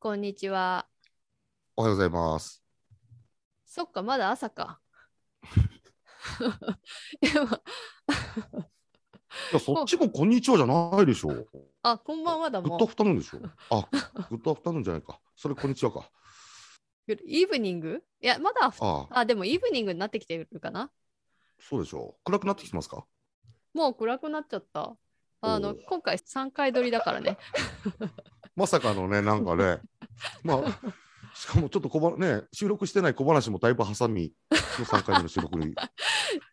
こんにちは。おはようございます。そっか、まだ朝 か。でもいや、そっちもこんにちはじゃないでしょ。グあ、こんばんはだッもドアん。フタヌーン でしょ。あ、グッドアフタヌーンじゃないか。それこんにちはか。イーブニングいや、まだアフタああ、あ、でもイーブニングになってきてるかな。そうでしょう。暗くなってきてますかもう暗くなっちゃった。あおの、う今回3回撮りだからね。まさかのね、なんか ね、まあ、しかもちょっと小ばね、収録してない小話もだいぶ挟みの3回目の収 録に。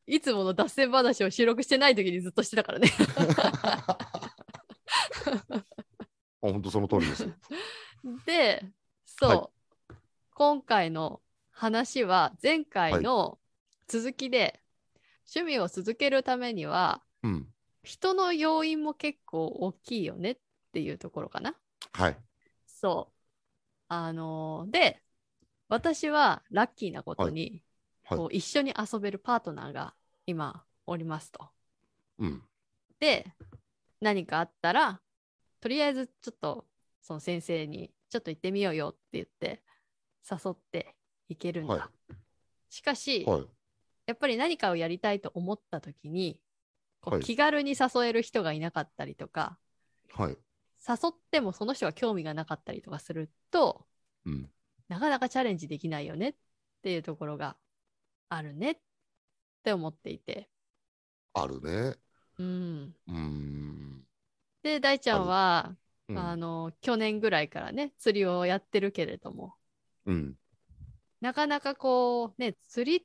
いつもの脱線話を収録してない時にずっとしてたからね。 あ、本当その通りです。で、そう、はい今回の話は前回の続きで、趣味を続けるためにはうん。人の要因も結構大きいよねっていうところかな。はい。そう。あのーで、私はラッキーなことに、はいはいこう一緒に遊べるパートナーが今おりますと。うん。で、何かあったら、とりあえずちょっとその先生にちょっと行ってみようよって言って誘って行けるんだ。はしかし、はい。やっぱり何かをやりたいと思った時に、こうはい気軽に誘える人がいなかったりとか、はい。誘ってもその人が興味がなかったりとかすると、うん。なかなかチャレンジできないよねっていうところがあるねって思っていて。あるね。うん、うーん。で大ちゃんはうあん。の去年ぐらいからね釣りをやってるけれどもうん、なかなかこうね釣りっ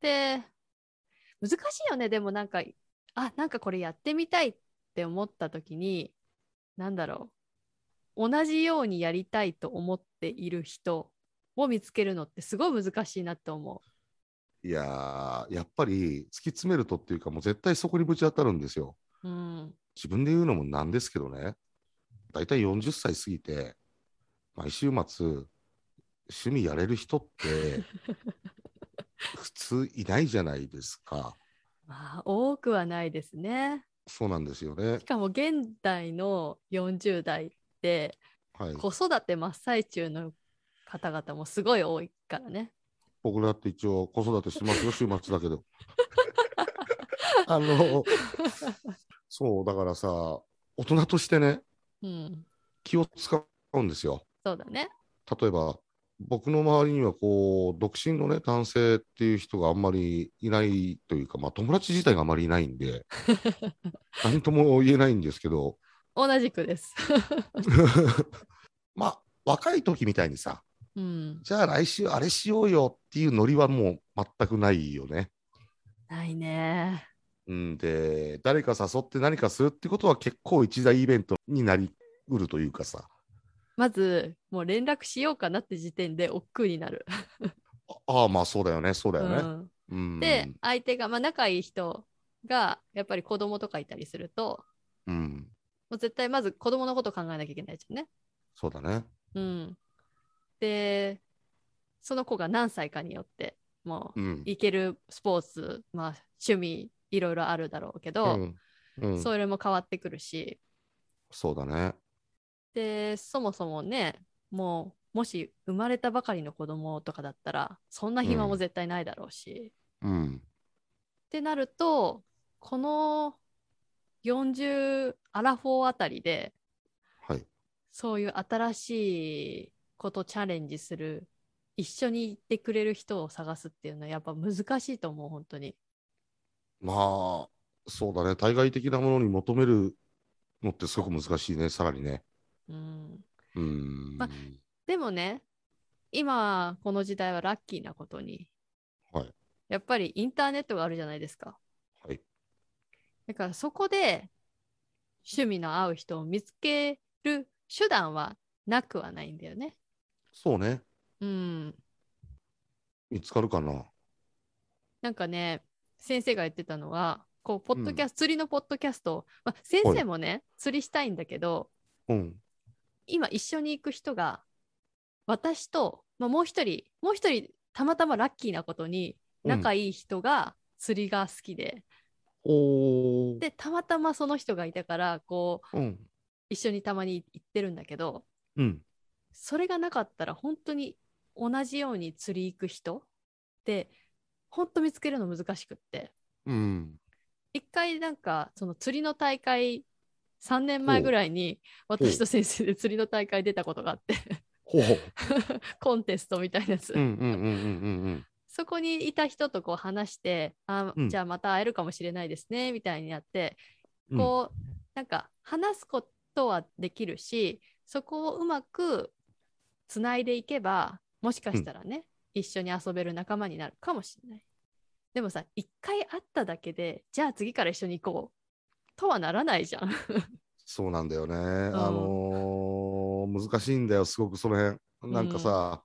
て難しいよねでもなんかあなんかこれやってみたいって思った時になんだろう同じようにやりたいと思っている人を見つけるのってすごい難しいなって思いやー、やっぱり突き詰めるとっていうか、もう絶対そこにぶち当たるんですよ。う。うん、自分で言うのもなんですけどね、だいたい40歳過ぎて、毎週末、趣味やれる人って、普通いないじゃないですか。まあ多くはないですね。そうなんですよねし。かも現代の40代ってはい、子育て真っ最中の方々もすごい多いからね。僕だって一応子育てしてますよ、週末だけど。あの、そう、だからさ、大人としてね、うん、気を使うんですよ。そうだね。例えば僕の周りにはこう独身のね男性っていう人があんまりいないというか、まあ、友達自体があまりいないんで 何とも言えないんですけど 同じくです。まあ若い時みたいにさうん、じゃあ来週あれしようよっていうノリはもう全くないよね。ないね。うん、で誰か誘って何かするってことは結構一大イベントになりうるというかさまずもう連絡しようかなって時点で億劫になる。ああまあそうだよねそうだようね。ん、うん、で相手が、まあ、仲いい人がやっぱり子供とかいたりするとうん、もう絶対まず子供のこと考えなきゃいけないじゃんね。そうだね。うん、でその子が何歳かによってもううん、行けるスポーツ、まあ、趣味いろいろあるだろうけど、うんうん、それも変わってくるしそうだね。でそもそもねもうもし生まれたばかりの子供とかだったらそんな暇も絶対ないだろうし、っうん。てなるとこの40アラフォーあたりではい。そういう新しいことチャレンジする一緒に行ってくれる人を探すっていうのはやっぱ難しいと思う本当に。まあ、そうだね。対外的なものに求めるのってすごく難しいね。さらにね。うん、うーん。までもね今この時代はラッキーなことに、はいやっぱりインターネットがあるじゃないですかはい。だからそこで趣味の合う人を見つける手段はなくはないんだよねそうね。うん見つかるかな。なんかね先生が言ってたのはこうポッドキャうスト、釣りのポッドキャストを、まあ、先生もね釣りしたいんだけどうん。今一緒に行く人が私と、まあ、もう一人もう一人たまたまラッキーなことに仲いいい人が釣りが好きで、おーでたまたまその人がいたからこううん。一緒にたまに行ってるんだけどうん。それがなかったら本当に同じように釣り行く人って本当見つけるの難しくってうん。一回なんかその釣りの大会3年前ぐらいに私と先生で釣りの大会出たことがあってほうほう。コンテストみたいなやつ、うんうんうんうんうんうん。そこにいた人とこう話してあ、うんじゃあまた会えるかもしれないですねみたいになってうんこう、なんか話すことはできるしそこをうまくつないでいけばもしかしたらね、一緒に遊べる仲間になるかもしれないでもさ一回会っただけでじゃあ次から一緒に行こうとはならないじ ゃんそうなんだよね。あのー難しいんだよ、すごくその辺。なんかさ、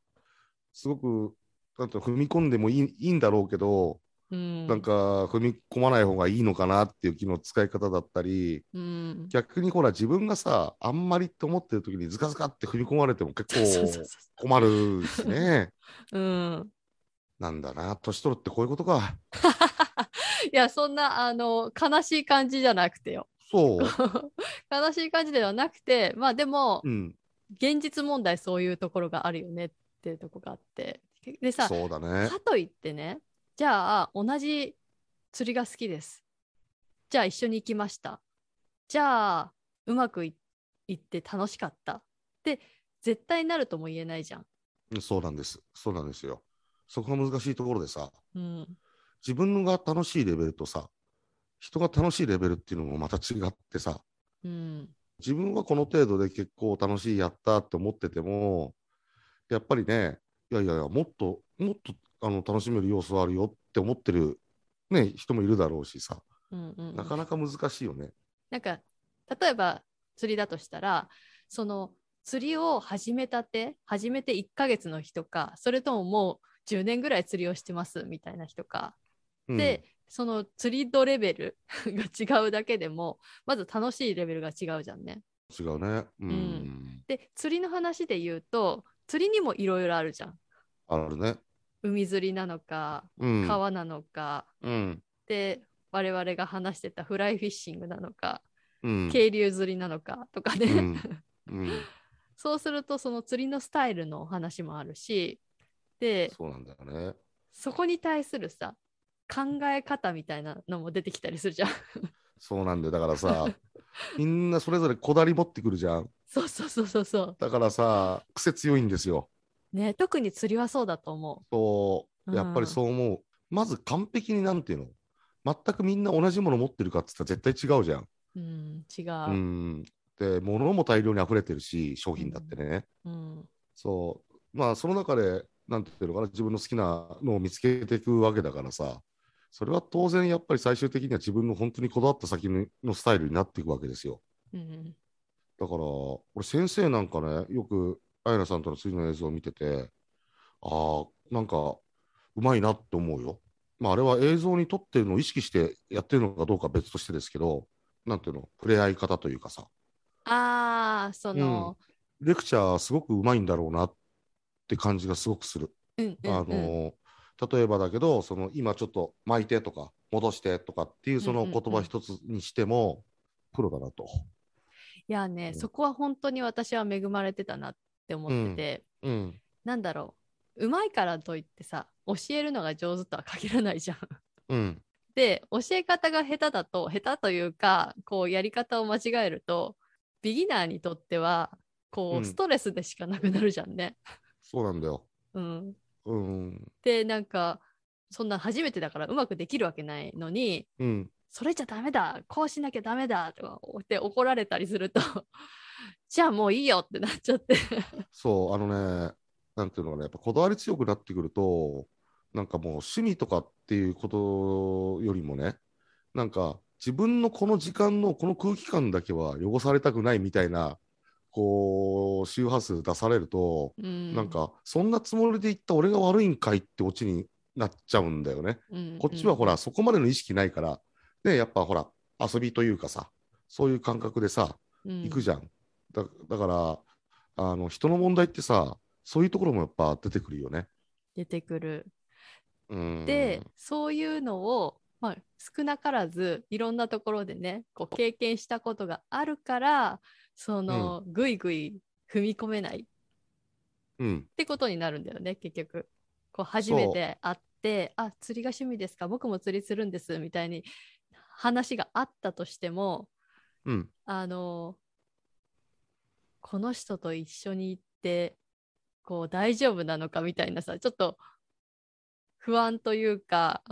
すごく、なんていうの踏み込んでもいいいいんだろうけど、うんなんか踏み込まない方がいいのかなっていう気の使い方だったり、うん逆にほら、自分がさ、あんまりって思ってる時にズカズカって踏み込まれても結 そうそうそう構そ困るしね。ううんなんだな、年取るってこういうことか。いやそんなあの悲しい感じじゃなくてよ そう。悲しい感じではなくてまあでも、うん。現実問題そういうところがあるよねっていうとこがあってでさそうだね。かといってねじゃあ同じ釣りが好きですじゃあ一緒に行きましたじゃあうまくいいって楽しかったって絶対なるとも言えないじゃん。そうなんです。そうなんですよ。そこが難しいところでさ、うん、自分が楽しいレベルとさ、人が楽しいレベルっていうのもまた違ってさ、うん、自分はこの程度で結構楽しい、やったって思ってても、やっぱりね、いやいやいや、もっと、もっとあの楽しめる要素あるよって思ってる、ね、人もいるだろうしさ、うん、うん。なかなか難しいよね。なんか例えば釣りだとしたらその釣りを始めたて始めて1ヶ月の人かそれとももう10年ぐらい釣りをしてますみたいな人かうん、で、その釣り度レベル が違うだけでもまず楽しいレベルが違うじゃんね。違うね。うん。うで釣りの話で言うと釣りにもいろいろあるじゃん。あるね。海釣りなのかうん。川なのか、うん。で我々が話してたフライフィッシングなのか、うん。渓流釣りなのかとかね、うんうん。そうするとその釣りのスタイルのお話もあるしでそうなんだよね。そこに対するさ考え方みたいなのも出てきたりするじゃん。 そうなんだよ。だから さ、みんなそれぞれこだわり持ってくるじゃん。そうそうそうそうそう。だからさ、癖強いんですよ。ね特に釣りはそうだと思そう、やっぱりそう思う。まず完璧になんていうの全くみんな同じもの持ってるかっつったら絶対違うじゃん。う。うん違う。うん。で、物も大量に溢れてるし、商品だってね。うんそう。まあ、その中で、なんていうのかな、自分の好きなのを見つけていくわけだからさ、それは当然やっぱり最終的には自分の本当にこだわった先のスタイルになっていくわけですよ。うんだから、俺、先生なんかね、よく、あやなさんとの次の映像を見てて、ああ、なんか、うまいなって思うよ。まあ、あれは映像に撮ってるのを意識してやってるのかどうかは別としてですけど、なんていうの、触れ合い方というかさ、ああその、レクチャーすごくうまいんだろうなって感じがすごくする。うんうんうん、あのー例えばだけど、その今ちょっと巻いてとか、戻してとかっていうそのうんうんう言ん葉一つにしても、プロだなと。いやね、うんそこは本当に私は恵まれてたなって思ってて、うん、なんだろううまいからといってさ教えるのが上手とは限らないじゃん。うん、で教え方が下手だと下手というかこうやり方を間違えるとビギナーにとってはこう、うんストレスでしかなくなるじゃんね。そうなんだよ。うん、うん、でなんかそんな初めてだからうまくできるわけないのにうん。それじゃダメだこうしなきゃダメだとかって怒られたりすると じゃあもういいよってなっちゃってそう、あのね、なんていうのかな、やっぱこだわり強くなってくると、なんかもう趣味とかっていうことよりもね、なんか自分のこの時間のこの空気感だけは汚されたくないみたいな、こう、周波数出されると、ななん、かそんなつもりで言った俺が悪いんかいってオチになっちゃうんだよね。うんこっちはほら、そこまでの意識ないから、ね、やっぱほら、遊びというかさ、そういう感覚でさ、行くじゃゃん。だだからあの人の問題ってさそういうところもやっぱ出てくるよね。出てくる。うんで、そういうのを、まあ、少なからずいろんなところでねこう経験したことがあるからその、ぐいぐい踏み込めないっうん。ってことになるんだよね結局こう初めて会って「あ釣りが趣味ですか僕も釣りするんです」みたいに話があったとしてもうん。あのこの人と一緒に行ってこう大丈夫なのかみたいなさちょっと不安というか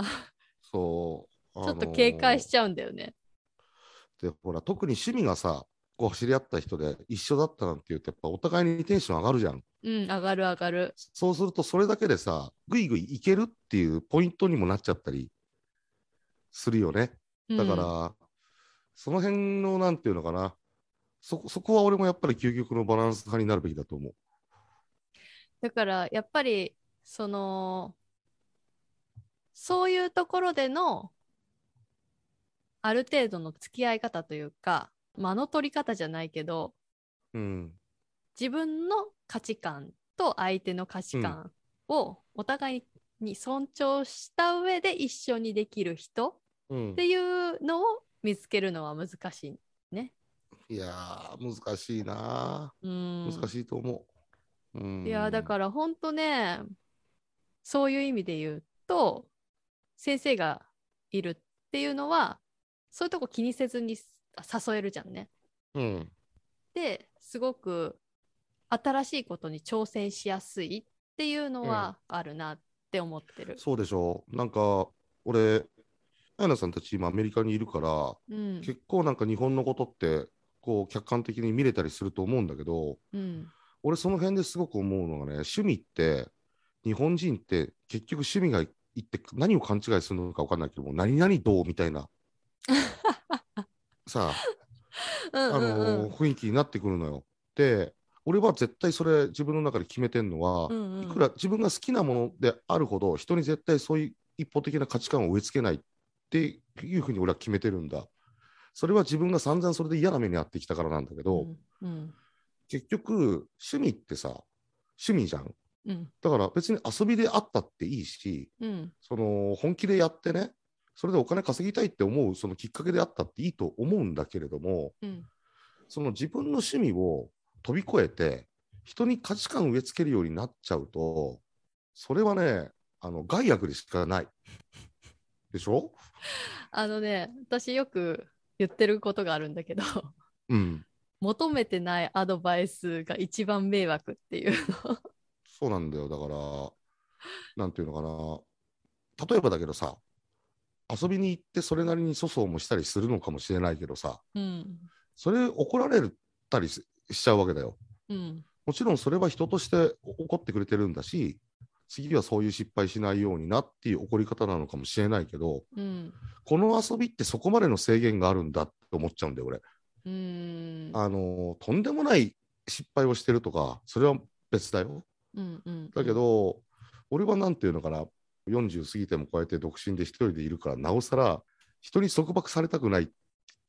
そう。ちょっと警戒しゃちゃうんだよね。う。で、ほら、特に趣味がさ、こう知り合った人で一緒だったなんて言うと、やっぱお互いにテンション上がるじゃん。うん上がる上がる。そうすると、それだけでさ、ぐいぐいいけるっていうポイントにもなっちゃったりするよね。うんだから、その辺の、なんていうのかな、そこそこは俺もやっぱり究極のバランス派になるべきだと思う。だからやっぱりそのそういうところでのある程度の付き合い方というか間の取り方じゃないけどうん。自分の価値観と相手の価値観をお互いに尊重した上で一緒にできる人うんっ、ていうのを見つけるのは難しい。いやー、難しいなうんー。難しいと思う。うん、、いやーだからら本当ねそういう意味で言うと先生がいるっていうのはそういうとこ気にせずにあ誘えるじゃんね。うん。ですごく新しいことに挑戦しやすいっていうのはあるなって思ってる。そうでしょう。なんか、俺、あやなさんたち今アメリカにいるから、うん結構なんか日本のことって、こう客観的に見れたりすると思うんだけど、うん俺その辺ですごく思うのがね趣味って日本人って結局趣味が言って何を勘違いするのか分かんないけども何々どうみたいな さうあ、んあうんうのーん雰囲気になってくるのよ。で俺は絶対それ自分の中で決めてんのは、うんうんいくら自分が好きなものであるほど人に絶対そういう一方的な価値観を植え付けないっていうふうに俺は決めてるんだ。それは自分が散々それで嫌な目に遭ってきたからなんだけど、うん結局趣味ってさ趣味じゃんうんだから別に遊びであったっていいしうんその本気でやってねそれでお金稼ぎたいって思うそのきっかけであったっていいと思うんだけれどもうんその自分の趣味を飛び越えて人に価値観を植え付けるようになっちゃうとそれはねあの害悪でしかないでしょあのね私よく言ってることがあるんだけど。うん求めてないアドバイスが一番迷惑っていうのそうなんだよだからなんていうのかな例えばだけどさ遊びに行ってそれなりに粗相もしたりするのかもしれないけどさうんそれ怒られたりししちゃうわけだよ。うんもちろんそれは人としてお怒ってくれてるんだし、次はそういう失敗しないようになっていう怒り方なのかもしれないけど、うんこの遊びってそこまでの制限があるんだって思っちゃうんだよ、俺。うんあのーとんでもない失敗をしてるとか、それは別だよ。うんうんだけど、俺はなんていうのかな、40過ぎてもこうやって独身で一人でいるから、なおさら、人に束縛されたくないっ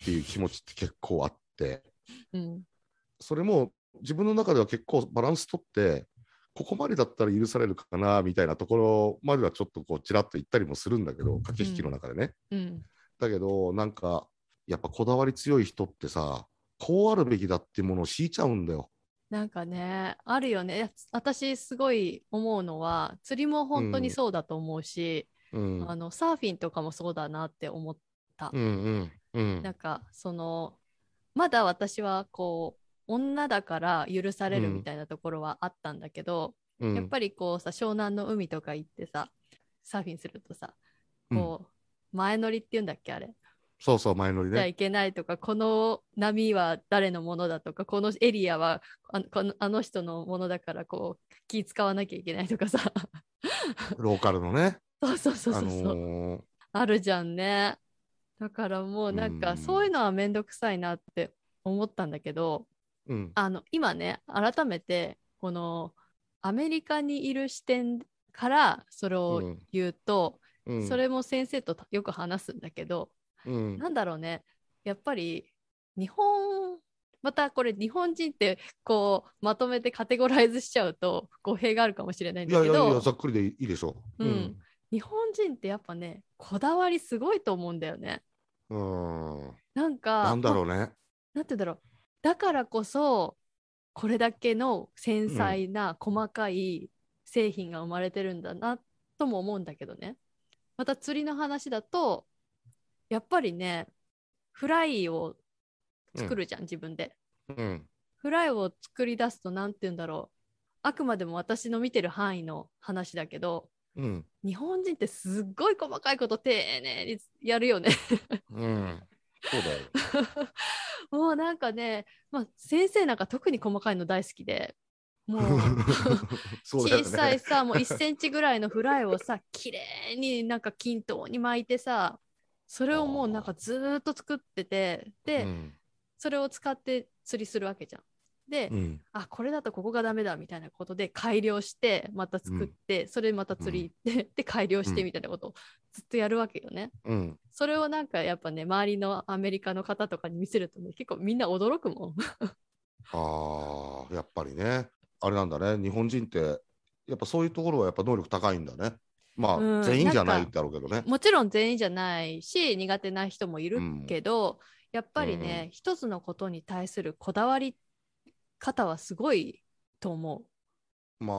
ていう気持ちって結構あって。うんそれも自分の中では結構バランス取って、ここまでだったら許されるかなみたいなところまではちょっとこうちらっと行ったりもするんだけど、駆け引きの中でね。うんだけど、なんか、やっぱこだわり強い人ってさ、こうあるべきだってものを強いちゃうんだよ。なんかねあるよねいや私すごい思うのは釣りも本当にそうだと思うし、うん。あのサーフィンとかもそうだなって思っうんうんうんなんかそのまだ私はこう女だから許されるみたいなところはあったんだけど、うん。やっぱりこうさ湘南の海とか行ってさサーフィンするとさこう、前乗りって言うんだっけあれ、そうそう、前乗りじゃね。いけないとかこの波は誰のものだとかこのエリアはあこのあの人のものだからこう気使わなきゃいけないとかさ ローカルのね。そうそうそうそうあそう、のあーるじゃんねだからもうなんうかんそういうのはめんどくさいなって思ったんだけどうん。あの今ね改めてこのアメリカにいる視点からそれうをん言うと、うんそれも先生とよく話すんだけど、うんなんだろうねやっぱり日本またこれ日本人ってこうまとめてカテゴライズしちゃうと語弊があるかもしれないんいだやけいどやいや、ざっくりでいいでしょ。うん日本人ってやっぱねこだわりすごいと思うんだよね。うん。うんなんかなんだろううね。なんて言うんだろうだからこそこれだけの繊細な細かい製品が生まれてるんだなとも思うんだけどねまた釣りの話だとやっぱりねフライを作るじゃん、自分でうん。フライを作り出すと何て言うんだろうあくまでも私の見てる範囲の話だけどうん。日本人ってすっごい細かいこと丁寧にやるよねうん。そうだよ。もうなんかね、まあ、先生なんか特に細かいの大好きでもう そうだよ小ね。さいさもう1センチぐらいのフライをさ 綺麗になんか均等に巻いてさそれをもうなんかずーっと作っててで、うん。それを使って釣りするわけじゃん。で、うん。あこれだとここがダメだみたいなことで改良してまた作って、それまた釣り行って、で改良してうんみたいなことをずっとやるわけよね。うん。それをなんかやっぱね周りのアメリカの方とかに見せるとね結構みんな驚くもん。ああ、やっぱりね。あれなんだね。日本人って、やっぱそういうところはやっぱ能力高いんだね。まあ、うん全員じゃななんいかだろうけど ね。もちろん全員じゃないし苦手な人もいるうんけど、やっぱりね、う一つのことに対するこだわり方はすごいと思ま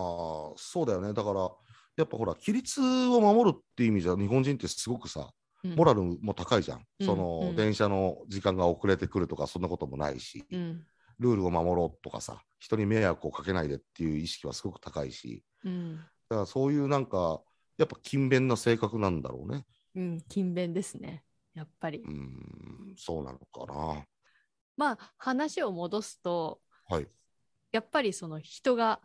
あ、そうだよね。だから、やっぱほら、規律を守るっていう意味じゃ、日本人ってすごくさ、う。うんモラルも高いじゃん。うんその、うん電車の時間が遅れてくるとか、そんなこともないし、うんルールを守ろうとかさ、人に迷惑をかけないでっていう意識はすごく高いし、うんだからそういうなんか、やっぱ勤勉な性格なんだろうね。うん、勤勉ですねやっぱりう。ん、そうなのかな。まあ話を戻すと、はいやっぱりその人が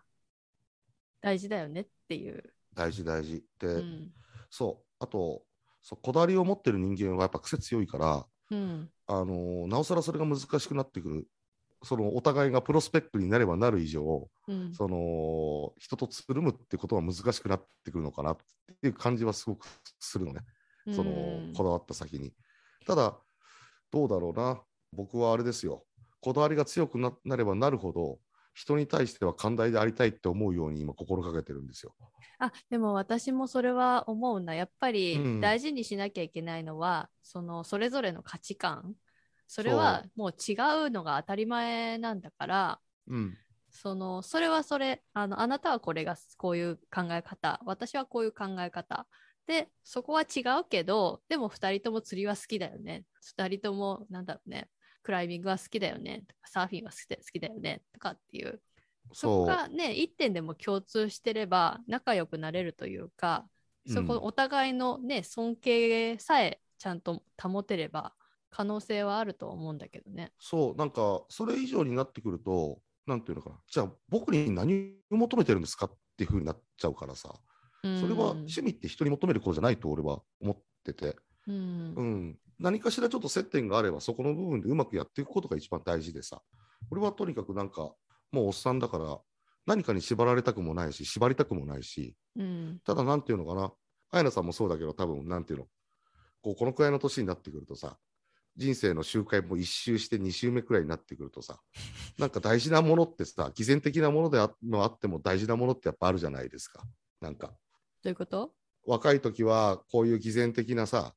大事だよねっていう。大事大事。で、うんそう、あとそう、こだわりを持ってる人間はやっぱ癖強いから、うんあのーなおさらそれが難しくなってくる。そのお互いがプロスペックになればなる以上、うんその人とつるむってことは難しくなってくるのかなっていう感じはすごくするのね、そのうんこだわった先に。ただ、どうだろうな、僕はあれですよ、こだわりが強くななればなるほど、人に対しては寛大でありたいって思うように今、心がけてるんですよ。あでも私もそれは思うなやっぱうんり大事にしなきゃいけないのは、そのそれぞれの価値観それはもう違うのが当たり前なんだからうん、そのそれはそれあのあなたはこれがこういう考え方私はこういう考え方でそこは違うけどでも2人とも釣りは好きだよね2人ともなんだろうねクライミングは好きだよねとかサーフィンは好きだ好きだよねとかっていうそこうがね一点でも共通してれば仲良くなれるというかそこうんお互いのね、尊敬さえちゃんと保てれば可能性はあると思うんだけどね。そう、なんか、それ以上になってくると、なんていうのかな、じゃあ、僕に何を求めてるんですかっていうふうになっちゃうからさ、それはうん趣味って人に求めることじゃないと俺は思ってて、うんうん、何かしらちょっと接点があれば、そこの部分でうまくやっていくことが一番大事でさ、俺はとにかくなんか、もうおっさんだから、何かに縛られたくもないし、縛りたくもないし、うんただ、なんていうのかな、あやなさんもそうだけど、多分なんていうの、こうこのくらいの年になってくるとさ、人生の周回も一周して二周目くらいになってくるとさ、なんか大事なものってさ、偽善的なものであのあっても大事なものってやっぱあるじゃないですか。なんか、どういうこと、若い時はこういう偽善的なさ、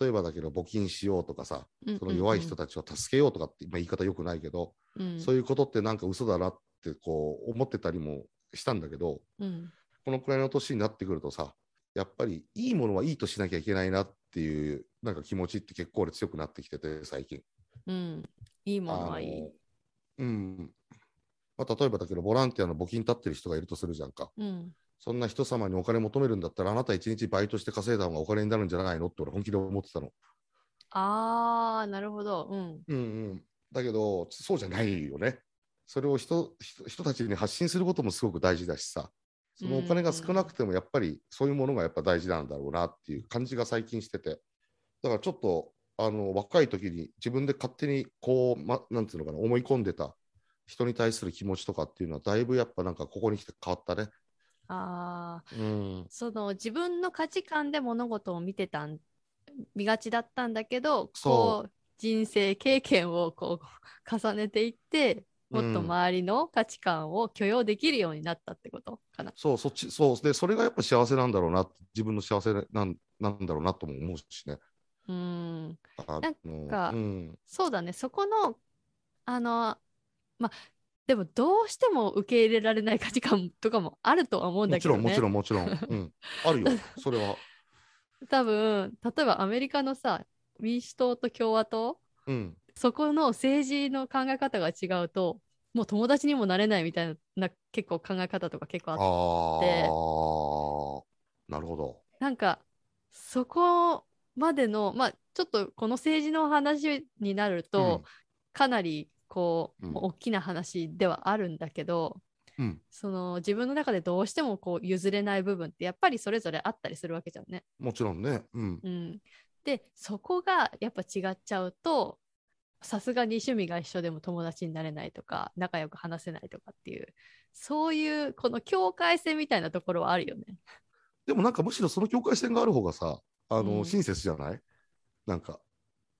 例えばだけど募金しようとかさ、うんその弱い人たちを助けようとかって、まあ、言い方良くないけど、うんそういうことってなんか嘘だなってこう思ってたりもしたんだけど、うんこのくらいの年になってくるとさ、やっぱりいいものはいいとしなきゃいけないなっていう、なんか気持ちって結構俺強くなってきてて、最近。うん、いいものはいあいの。うん。まあ、例えばだけど、ボランティアの募金立ってる人がいるとするじゃんか。うん、そんな人様にお金求めるんだったら、あなた一日バイトして稼いだ方がお金になるんじゃないのって俺本気で思ってたの。ああ、なるほど。うん、うんうん。だけど、そうじゃないよね。それを人人人たちに発信することもすごく大事だしさ。そのお金が少なくてもやっぱりそういうものがやっぱ大事なんだろうなっていう感じが最近してて。だからちょっとあの若い時に自分で勝手にこう、ま、なんていうのかな思い込んでた人に対する気持ちとかっていうのはだいぶやっぱなんかここに来て変わったね。ああ、うん。その自分の価値観で物事を見てたん、見がちだったんだけど、こそうう人生経験をこう重ねていって、もっと周りの価値観を許容できるようになったってことかな。そう、そっち、そう。で、それがやっぱ幸せなんだろうな、自分の幸せなんなんだろうなとも思うしね。うん、あのなんかうん、そうだね。そこのあのまあでもどうしても受け入れられない価値観とかもあるとは思うんもだちけろどんもねちろんもちろん、 うん、あるよそれは多分例えばアメリカのさ民主党と共和党うんそこの政治の考え方が違うともう友達にもなれないみたいなな結構考え方とか結構あっああてーなるほどなんかそこまでのまあちょっとこの政治の話になると、かなりこう、うん大きな話ではあるんだけどうん、うんその自分の中でどうしてもこう譲れない部分ってやっぱりそれぞれあったりするわけじゃんね。もちろんねうんうん、でそこがやっぱ違っちゃうとさすがに趣味が一緒でも友達になれないとか仲良く話せないとかっていうそういうこの境界線みたいなところはあるよね。でもなんかむしろその境界線がある方がさあの、うん親切じゃないなんか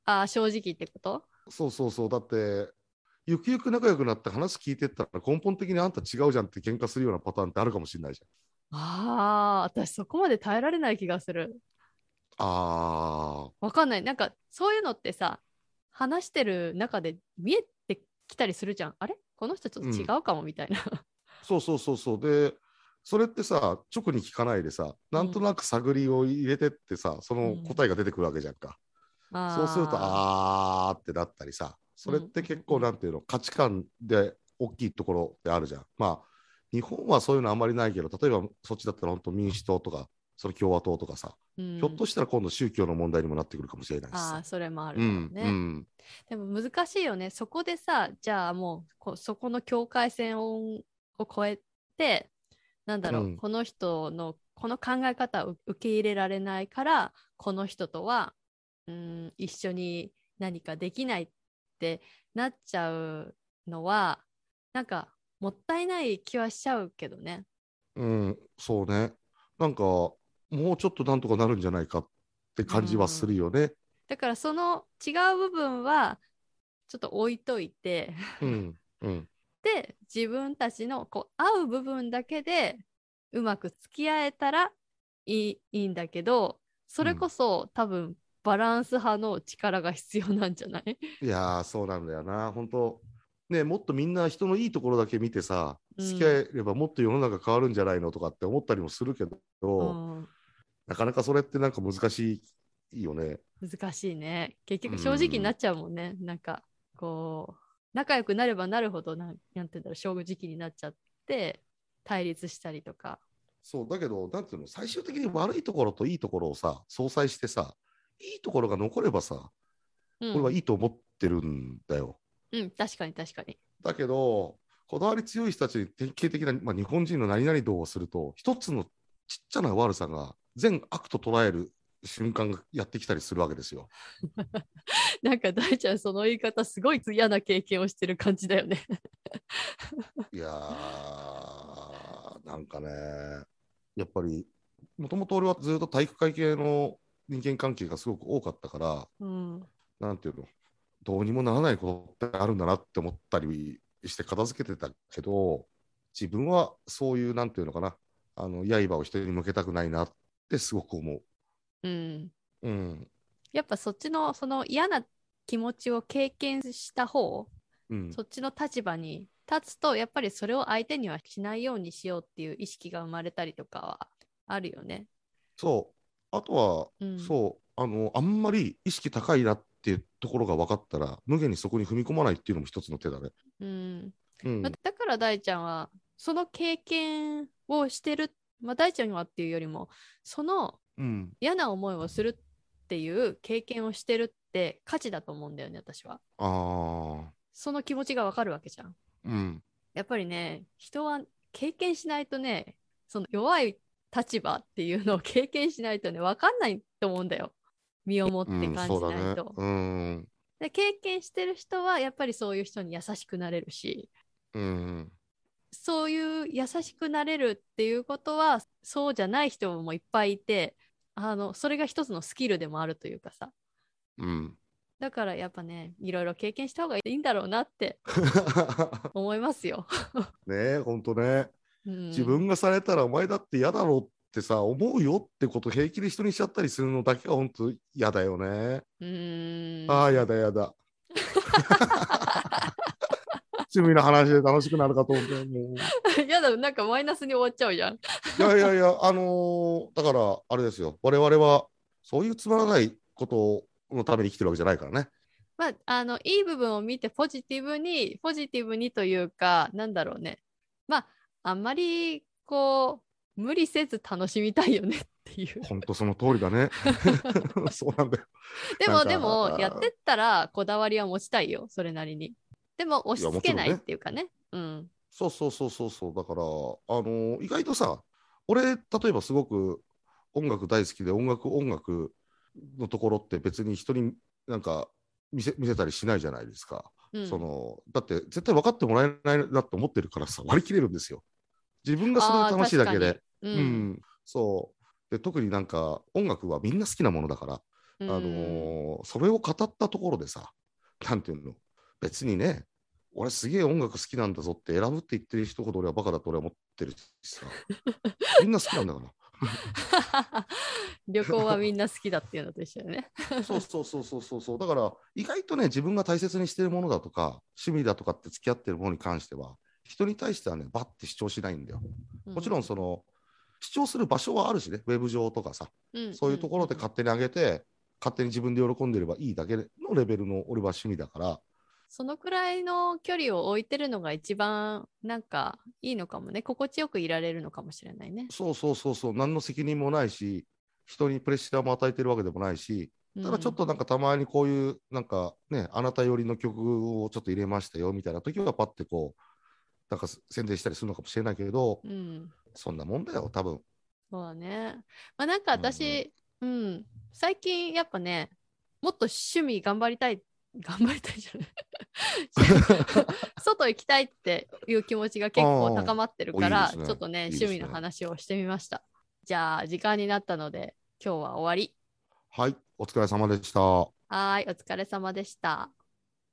ああ正直ってことそうそうそうだってゆくゆく仲良くなって話聞いてったら根本的にあんた違うじゃんって喧嘩するようなパターンってあるかもしれないじああ私そこまで耐えられない気がする。ゃん。あーわかんない。なんか、そういうのってさ、話してる中で見えてきたりするじゃん。あれこの人ちょっと違うかもみたいな。そうそうそうそうでそれってさ直に聞かないでさなんとなく探りを入れてってさその答えが出てくるわけじゃんか。 あーそうするとあーってなったりさそれって結構なんていうの価値観で大きいところであるじゃん。まあ日本はそういうのあんまりないけど例えばそっちだったら本当民主党とかその共和党とかさ、うんひょっとしたら今度宗教の問題にもなってくるかもしれないしあさあ、。それもあるうかもんね。うんでも難しいよね。そこでさ、じゃあもうこそこの境界線をを超えて、なんだろう、うんこの人のこの考え方を受け入れられないから、この人とはうん一緒に何かできないってなっちゃうのは、なんかもったいない気はしちゃうけどね。うん、そうね。なんか、もうちょっとなんとかなるんじゃないかって感じはするよね。だからその違う部分はちょっと置いといて。うん、うん、で自分たちのこう合う部分だけでうまく付き合えたらいいいいんだけどそれこそ、多分バランス派の力が必要なんじゃないいやー、そうなんだよな。本当ね、もっとみんな人のいいところだけ見てさ、うん付き合えればもっと世の中変わるんじゃないのとかって思ったりもするけど、うんなかなかそれってなんか難しいよね。 難しいね結局正直になっちゃうもんね、なんかこう仲良くなればなるほどなんなんて言うんだろう正直になっちゃって対立したりとかそう、だけど、なんていうの、最終的に悪いところといいところをさ、相殺してさ、いいところが残ればさ、うんこれはいいと思ってるんだよ。うん確かに確かにだけど、こだわり強い人たちに典型的な、まあ、日本人の何々道をすると、一つのちっちゃな悪さが全悪と捉える瞬間がやってきたりするわけですよ。なんか大ちゃんその言い方すごい嫌な経験をしてる感じだよねいやー、なんかね、やっぱり、もともと俺はずっと体育会系の人間関係がすごく多かったから、うんなんていうの、どうにもならないことってあるんだなって思ったりして片付けてたけど、自分はそういう、なんていうのかな、あの刃を人に向けたくないなってすごく思うんう。うん。やっぱそっちのその嫌な気持ちを経験した方、うん、そっちの立場に立つとやっぱりそれを相手にはしないようにしようっていう意識が生まれたりとかはあるよね。そう。あとは、うん、そう、あの、あんまり意識高いなっていうところが分かったら、無限にそこに踏み込まないっていうのも一つの手だね。うんうんだ。だから大ちゃんはその経験をしてる、まあ、大ちゃんはっていうよりもそのうん、嫌な思いをするっていう経験をしてるって価値だと思うんだよね私は。あー、その気持ちがわかるわけじゃん。うん。やっぱりね人は経験しないとねその弱い立場っていうのを経験しないとね分かんないと思うんだよ身をもってう感じん、ないそうだねと。。うん。で経験してる人はやっぱりそういう人に優しくなれるしうん。そういう優しくなれるっていうことはそうじゃない人もいっぱいいてあのそれが一つのスキルでもあるというかさ うん。だからやっぱねいろいろ経験した方がいいんだろうなって思いますよ。ねえ、ほんとね。うん自分がされたらお前だって嫌だろってさ思うよってこと平気で人にしちゃったりするのだけが本当嫌だよね、うーんああやだやだ趣味の話で楽しくなるかと思って、もう。 やだ、なんかマイナスに終わっちゃうじゃん。いやいやいや、あのーだから、あれですよ、我々は、そういうつまらないことのために生きてるわけじゃないからね。まあ、あの、いい部分を見てポジティブに、ポジティブにというか、なんだろうね。まあ、あんまり、こう、無理せず楽しみたいよねって いう。本当その通り だね。そうなんだよ。でなも、んかでも、やってったら、こだわりは持ちたいよ、それなりに。でも、押し付けないいやっもちろんねていうかね。うん。そうそうそうそうそう、だから、あのー意外とさ、俺、例えばすごく音楽大好きで、音楽、音楽のところって別に人になんか見せ見せたりしないじゃないですか。うん、そのだって絶対分かってもらえないなと思ってるからさ割り切れるんですよ。自分がそれあがー楽しいだけで。確かうにん、うんそうで特になんか音楽はみんな好きなものだから、うんあのーそれを語ったところでさなんていうの別にね俺すげえ音楽好きなんだぞって選ぶって言ってる人ほど俺はバカだと俺は思ってるし さみんな好きなんだか 旅行はみんな好きだっていうのと一緒よね。らそうそうそうそうそうそうだから意外とね自分が大切にしてるものだとか趣味だとかって付き合ってるものに関しては人に対してはねバッて主張しないんだよ。もちろんその主張する場所はあるしねウェブ上とかさうん、んそういうところで勝手に上げて、勝手に自分で喜んでればいいだけのレベルの俺は趣味だから、そのくらいの距離を置いてるのが一番なんかいいのかもね心地よくいられるのかもしれないね。そうそうそうそう、何の責任もないし、人にプレッシャーも与えてるわけでもないし、ただちょっとなんかたまにこういう、なんかね、あなた寄りの曲をちょっと入れましたよみたいな時は、パッてこう、なんか宣伝したりするのかもしれないけれど、うん、うん、そんなもんだよ、多分そうだね。まあなんか私、うん最近やっぱねもっと趣味頑張りたい頑張りたいじゃない外行きたいっていう気持ちが結構高まってるかあらあいいですねちょっとねいいです趣ね味の話をしてみました。じゃあ時間になったので今日は終わり。はい、お疲れ様でした。はーいお疲れ様でした。